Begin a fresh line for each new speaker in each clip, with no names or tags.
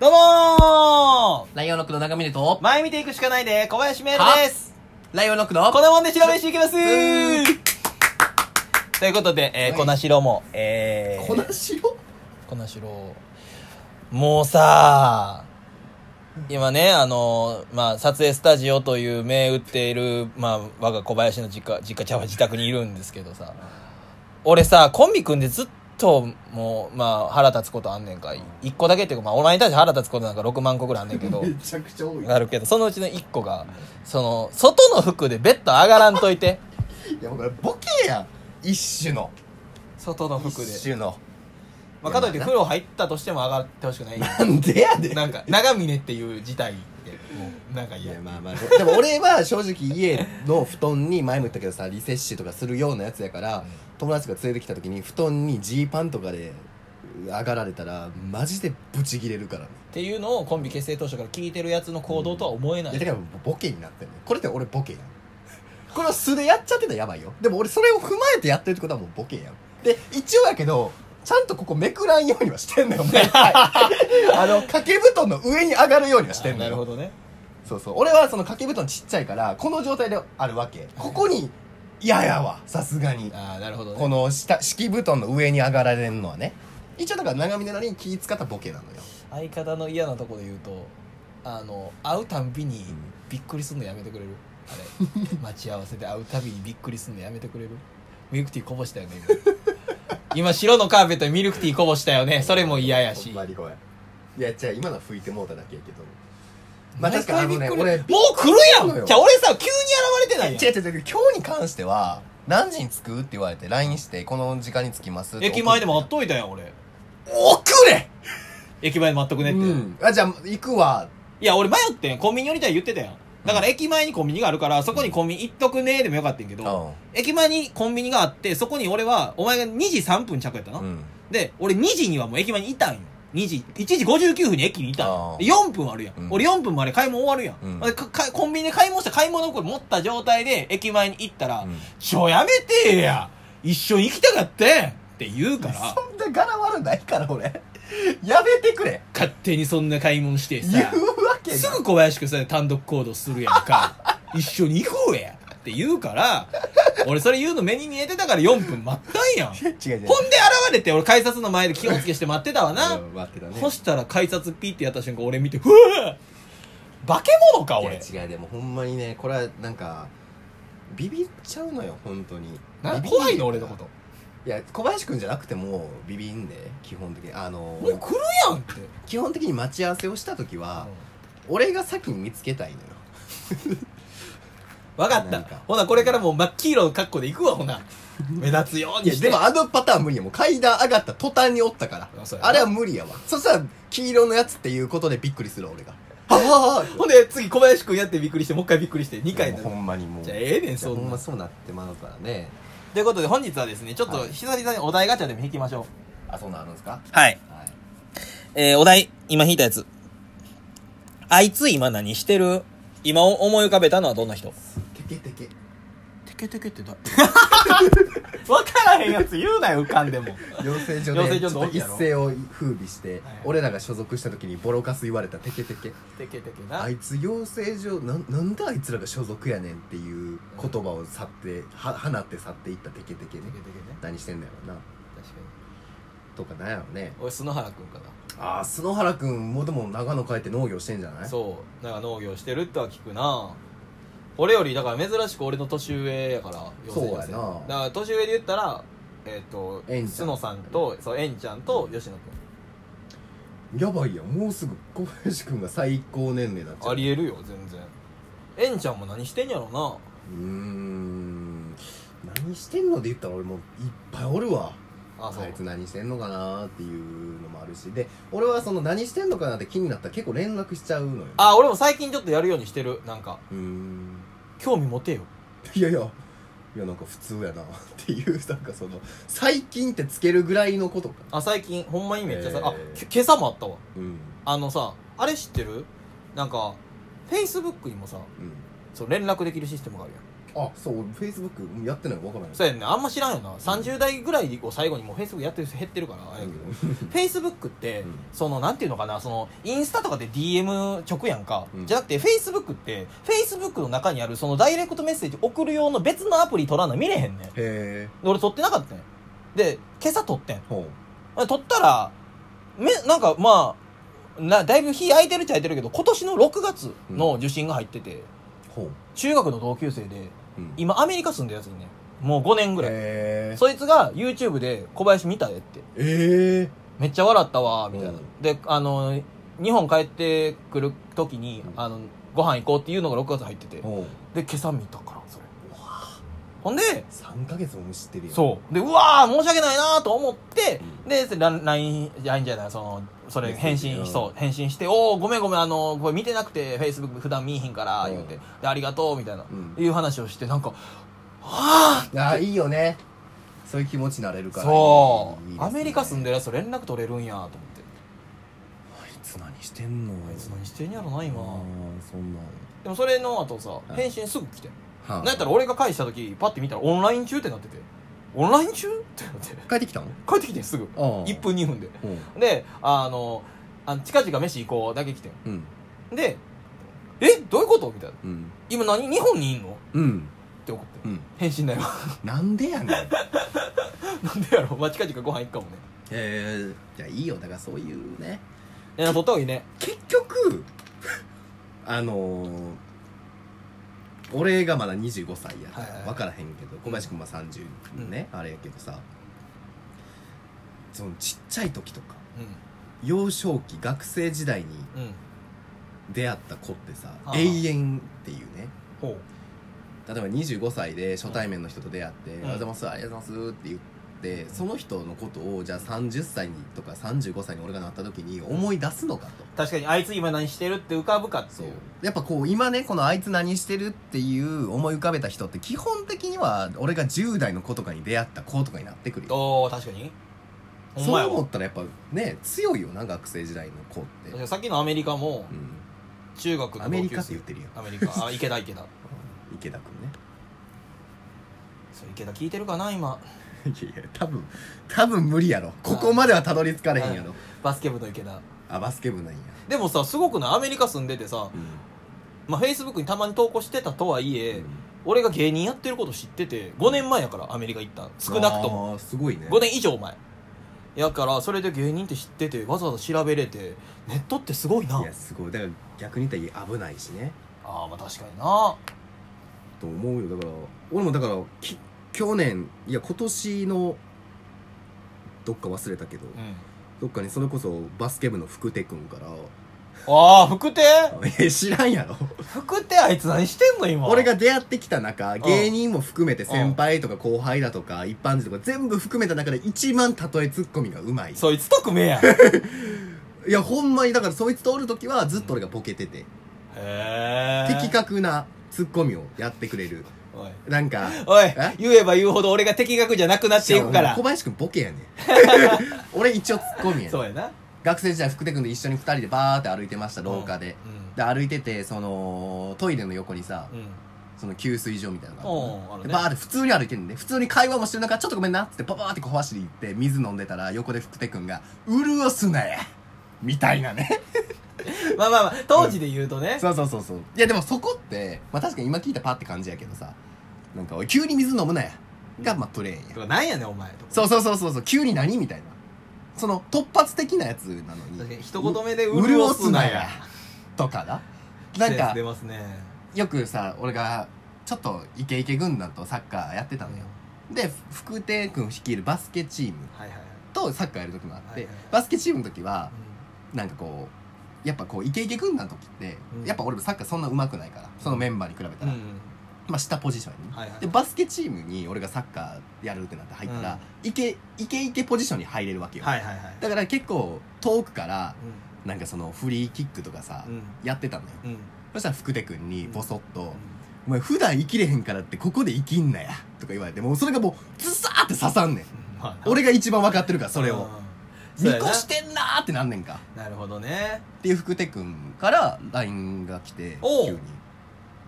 どうも
ライオンロックの中峰と
ー、前見ていくしかないで、小林メールです
ライオンロックの、
こんなもんで白飯いきます
う
ということで、えー、
は
粉白も、えー、
しろ
粉白、もうさ今ね、あのまあ、撮影スタジオという銘打っている、まあ、我が小林の実家、実家ちゃんは自宅にいるんですけどさ、俺さ、コンビ組んでずっと、もう、まあ、腹立つことあんねんか。一個だけっていうか、まあ、お前に対して腹立つことなんか6万個ぐらいあんねんけ ど。
ちゃくちゃ多
あるけど、そのうちの1個が、その、外の服でベッド上がらんとい て。
や、これボケやん。一種の。
外の服で。
の。
まあ、かといって風呂入ったとしても上がってほしくない。
なんでやで
なんか、長峰っていう事態って、もう、なんか
い
嫌
や、まあまあ、でも俺は正直家の布団に、前も言ったけどさ、リセッシュとかするようなやつやから、友達が連れてきた時に、布団にジーパンとかで上がられたら、マジでブチギレるからね。
っていうのをコンビ結成当初から聞いてるやつの行動とは思えないい。
やだからもうボケになってるねこれって俺ボケやんこれを素でやっちゃってたらやばいよでも俺それを踏まえてやってるってことはもうボケやんで一応やけどちゃんとここめくらんようにはしてんのよ 毎回あの掛け布団の上に上がるようにはしてん
あ
の
なるほ
よ
どね。
そうそう俺はその掛け布団ちっちゃいからこの状態であるわけここに嫌やわさすがに
ああ、なるほど
こ
ね。
の下敷布団の上に上がられんのはね一応だから長峰なりに気使ったボケなのよ
相方の嫌なとこで言うと、あの、会うたんびにびっくりすんのやめてくれるあ れ。待ち合わせで会うたびにびっくりすんのやめてくれるミルクティーこぼしたよね、今。 今白のカーペットにミルクティーこぼした よね。それも嫌やし
ほん。まにごめんいやじゃあ今のは拭いてもうただけやけどまあ
毎
確か
回び
に
っ
あの
く
ね
り。
俺
もう来る
びっくりな
や
の
ん
よ
じゃあ俺さ、急に現れてないやん
違う違う違う今日に関しては何時に着くって言われて LINE してこの時間に着きますって
駅前で待っといたやん、俺。
送れ
駅前で待っとくねって。
うんあじゃあ行くわ
いや、俺迷ってん。コンビニ寄りたい言ってたやん。だから駅前にコンビニがあるから、そこにコンビニ行っとくねーでもよかったんやけ
う
ど、駅前にコンビニがあって、そこに俺は、お前が2時3分着やったな。
ん
で、俺2時にはもう駅前にいたんよ。2時、1時59分に駅にいたんよ
あー
で4分あるやん。
うん
俺4分まで買い物終わるや
うん
ん。でかかコンビニで買い物した買い物袋持った状態で駅前に行ったら、
うん
ちょやめてや一緒に行きたかったやんって言うから、
そんな柄悪ないから俺やめてくれ
勝手にそんな買い物して
言
さ、
うわけない
すぐ小林くんさ、単独行動するやん か。一緒に行こうやって言うから、俺それ言うの目に見えてたから4分待ったんやん。ほんで
違う違う
現れて俺改札の前で気をつけして待ってたわな。
うん待ってたね
そしたら改札ピーってやった瞬間俺見て、ふぅ化け物か
いや
俺。
違うでもほんまにねこれはなんかビビっちゃうのよ本当に
な
ビビる
怖いの俺のこと。
いや小林君じゃなくてもビビんで基本的にあの
もう来るやんって。
基本的に待ち合わせをした時は、俺が先に見つけたいのよ
わかっ
な
た
んか。
ほな、これからもう真っ黄色の格好で行くわ、ほな。目立つよう
い
に
や
して。
でもあのパターン無理やもう階段上がった途端におったから
あそうや
あれは無理やわそしたら黄色のやつっていうことでびっくりする俺がはぁはぁはぁ
ほんで、次小林くんやってびっくりして、もう一回びっくりして、2回
も
な
う
る
ほ。んまにもう
じゃあええねん
じゃ
そん
あ
な
ほんまそうなってまうからね
ということで本日はですね、ちょっ
は
と
い
久々にお題ガチャでも引きましょう。
あそんなんあるんですか
はい。
はい
えー、お題、今引いたやつ。あいつ今何してる今思い浮かべたのはどんな人
テケ テケ
テケテケってだ。 わからへんやつ言うなよ、浮かんでも。
養成所
養成
でち
所
ょ
の
っ
時
と一
やろ
世を風靡して、
はい
俺らが所属した時にボロカス言われたテケテケ
テケテケな。
あいつ養成所なんなんであいつらが所属やねんっていう言葉を去っては放って去っていったテケテ
テケテケ
ケね
ね。
何してんだよな
確かに。
とかなんやろね
俺、篠原くんか
ああ篠原君もでも長野帰って農業してんじゃな
な。
い
そう。なんか農業してるっては聞くな。俺より、だから珍しく俺の年上やから、要するに
そうやな
だから年上で言ったら、えっ、と、
えんちゃん
篠さんと、そう、えんちゃんと吉野く
やばいやんもうすぐ小林君が最高年齢になっちゃ
ん。
う
ありえるよ、全然。えんちゃんも何してんやろな。
うーん何してんので言ったら俺もういっぱいおるわ
あ、そう。
あいつ何してんのかなっていうのもあるしで俺はその何してんのかなって気になったら結構連絡しちゃうのよ
あ、俺も最近ちょっとやるようにしてる。なんか、
うーん
興味持てよ。
いやいやいやなんか普通やなっていうなんかその最近ってつけるぐらいのことか
あ、最近、ほんまにめっちゃさ、
へー
あ、き今朝もあったわ。
うん
あのさ、あれ知ってるなんか、Facebook にもさ、
うん
そう連絡できるシステムがあるやん。
あそう俺フェイスブックやってないわからない
そうやねんあんま知らんよな30代ぐらいを最後にもうフェイスブックやってる人減ってるからあれやけどフェイスブックって、
うん
そのなんていうのかなそのインスタとかで DM 直やんか、
うん
じゃなくてフェイスブックってフェイスブックの中にあるそのダイレクトメッセージ送る用の別のアプリ取らんの見れへんねんで
へえ
俺取ってなかったねんで今朝取ってん
ほ
あ取ったらめなんかまあなだいぶ日空いてるっちゃ空いてるけど今年の6月の受信が入ってて、
うほう、
中学の同級生で
うん、
今アメリカ住んでるやつにねもう5年ぐらい、
へえ
そいつが YouTube で「小林見たで」って
ええ
めっちゃ笑ったわみたいな、
うん
であの日本帰ってくる時に
うん
あのご飯行こうっていうのが6月入っててで
ほう
今朝見たからそれほんで
3ヶ月も無視してるよ
そうでうわー申し訳ないなーと思って
う
で LINE じゃないそのそれ
メッセージ
返信し
う
そう返信して「おおごめんごめんあのこれ見てなくて Facebook 普段見いひんから」言うて
う
「でありがとう」みたいな、
うん
いう話をしてなんか「はあ!」
ああいいよねそういう気持ちになれるから
そうアメリカ住ん
で
でるやつと連絡取れるんやと思って
あいつ何してんの
あいつ何してんやろな今、
あーそんなん
でもそれの後さ
い
返信すぐ来てん
は
なんやったら俺が返した時パッて見たらオンライン中ってなっててオンライン中ってなって
帰ってきたの
帰ってきてんすぐ
あ
1分2分で
うん
であのあの近々飯行こうだけ来て
うん
んでえどういうことみたいな
うん
今何日本にいんのっ
うん
て怒って
うん
返信ないわ
なんでや ねんへ
なんでやろまあ近々ご飯行くかもね
えじゃあいいよだからそういうね
連絡取った方がいいね
結局 あのー俺がまだ25歳やから
はいはい
分からへんけど小林君は30ね、あれやけどさそのちっちゃい時とか幼少期学生時代に
うんうん
出会った子ってさ
ああ
永遠っていうね
ほう
例えば25歳で初対面の人と出会って「
ん
おはようございますありがとうございます」って言ってその人のことをじゃあ30歳にとか35歳に俺がなった時に思い出すのかと。
確かにあいつ今何してるって浮かぶかって
そう
いう
やっぱこう今ねこのあいつ何してるっていう思い浮かべた人って基本的には俺が10代の子とかに出会った子とかになってくるよ
おー確かにほんま
そう
や
思
わ
ったらやっぱね強いよな学生時代の子っ
確か
て、
にさっきのアメリカも
うん、
中学の
アメリカ
同級
って
生
言ってるよ
アメリカあ池田池田
池田君ね
そう池田聞いてるかな今
いやいや多分多分無理やろここまではたどり着かれへんやろ
バスケ部の池田
あバスケ部なんや、
でもさすごくないアメリカ住んでてさまあフェイスブックにたまに投稿してたとはいえ、
うん
俺が芸人やってること知ってて5年前やからアメリカ行ったん少なくとも
あーすごいね
5年以上前やからそれで芸人って知っててわざわざ調べれてネットってすごいない
やすごいだから逆に言ったら危ないしね
ああまあ確かにな
と思うよだから俺もだからき去年いや今年のどっか忘れたけど、
うん
どっかにそれこそバスケ部の福手君から
ああ福手
「え知らんやろ
福手あいつ何してんの今
俺が出会ってきた中
ん
芸人も含めて先輩とか後輩だとか一般人とか全部含めた中で一番たとえツッコミがうまい
そいつと組 めやんへ
いやほんまにだからそいつとおる時はずっと俺がボケてて
え
的確なツッコミをやってくれる
おい
なんか
おい
え
言えば言うほど俺が的確じゃなくなっていくから
小林君ボケ やねん俺一応ツッコミやねん
そうやな
学生時代福手君と一緒に二人でバーって歩いてました廊下で、で歩いててそのトイレの横にさ
うんうん
その給水所みたいなの
おうあ
があ
るね
るでバーって普通に歩いてるんで普通に会話もしてる中ちょっとごめんなっつってパパーって小走り行って水飲んでたら横で福手君が「潤すなや!」みたいな ね
まあまあまあ当時で言うとね、
そうそうそうそういやでもそこってまあ確かに今聞いたらパって感じやけどさなんかおい急に水飲むなやがまあプレーンや
とかなんやねんお前とか
そうそうそうそうそう急に何みたいなその突発的なやつなのに
確かに一言目で
う
潤すなや
とか なな
なんんか
か
出ますね
よくさ俺がちょっとイケイケ軍団とサッカーやってたのよで福亭君率いるバスケチーム
はいはいはい
とサッカーやる時もあって、
はいはい
バスケチームの時はなんかこうやっぱこうイケイケ軍団の時って、
うん
やっぱ俺もサッカーそんな上手くないからそのメンバーに比べた
うん、
ら、
うん
まあ下ポジションに、
はいはい
でバスケチームに俺がサッカーやるってなって入ったら、イケイケイケポジションに入れるわけよ、
はいはいはい
だから結構遠くからなんかそのフリーキックとかさ、
うん
やってたのよ
うんうん
そしたら福手君にボソッと、お前普段生きれへんからってここで生きんなや」とか言われてもうそれがもうズサーって刺さんねん
まあな
俺が一番分かってるからそれを「
そう
見
やな
越してんな」ってなんねんか
なるほどね
っていう福手君から LINE が来て
おう
急に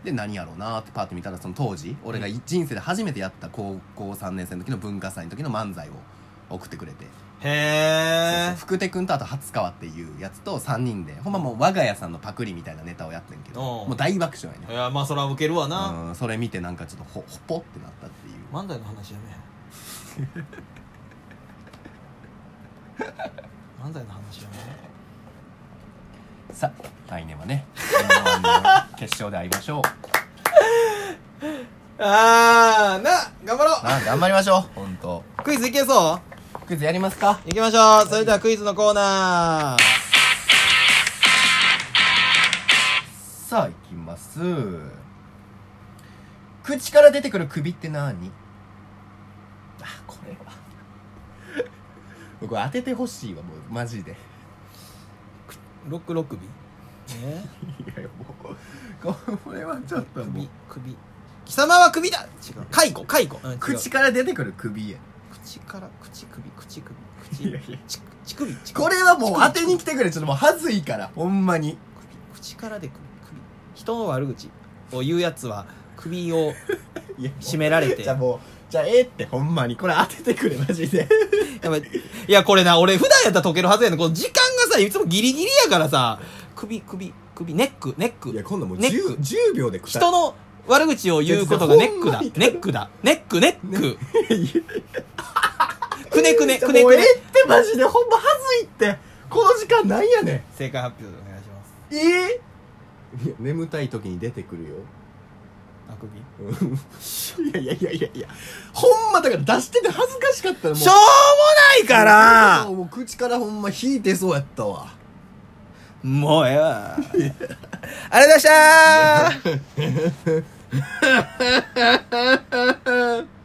で何やろうなってパッと見たらその当時俺が人生で初めてやった高校3年生の時の文化祭の時の漫才を送ってくれて、そうそう
へえ
福手君とあと初川っていうやつと3人でほんまもう我が家さんのパクリみたいなネタをやってんけど
おう
もう大爆笑やね
いやまあそれはウケるわな、
うん、それ見てなんかちょっとほほっぽってなったっていう
漫才の話やめよ 漫才の話やめよ
さ来年はね M1 の決勝で会いましょう
あーな頑張ろ
あ頑張りましょう本当
うクイズいけそう
クイズやりますか
行きましょうそれではクイズのコーナー
さあいきます口から出てくる首って何あこれは 僕当ててほしいわもうマジでい
ロックロックビね
やもうこれはちょっともう
首首貴様は首だ違う解雇解雇、うん違う
口から出てくる首や
口から口首口首
いや
口
いや
ち乳首乳首
これはもう当てに来てくれちょっともう恥ずいからほんまに
首口からで首首人の悪口を言うやつは首を
いやもう
絞められて
じゃあもうじゃあええってほんまにこれ当ててくれマジで
やばいいやこれな俺普段やったら解けるはずやねんこの時間がさいつもギリギリやからさ首首首ネックネック
いや今度もう
ネッ
10, 10秒で答
人の悪口を言うことがネックだ
いや
ネックだネックネ ック
えいや
くねくねく
ちょ
ね
もう
く
え
ね
えってマジでほんま恥ずいってこの時間なんやねん
正解発表でお願いします
えいや眠たい時に出てくるよ
あくび
うんいやいやいやいやいやほんまだから出してて恥ずかしかったらもう
しょうもないから
もうもう口からほんま引いてそうやったわ
もうええわ ありがとうございました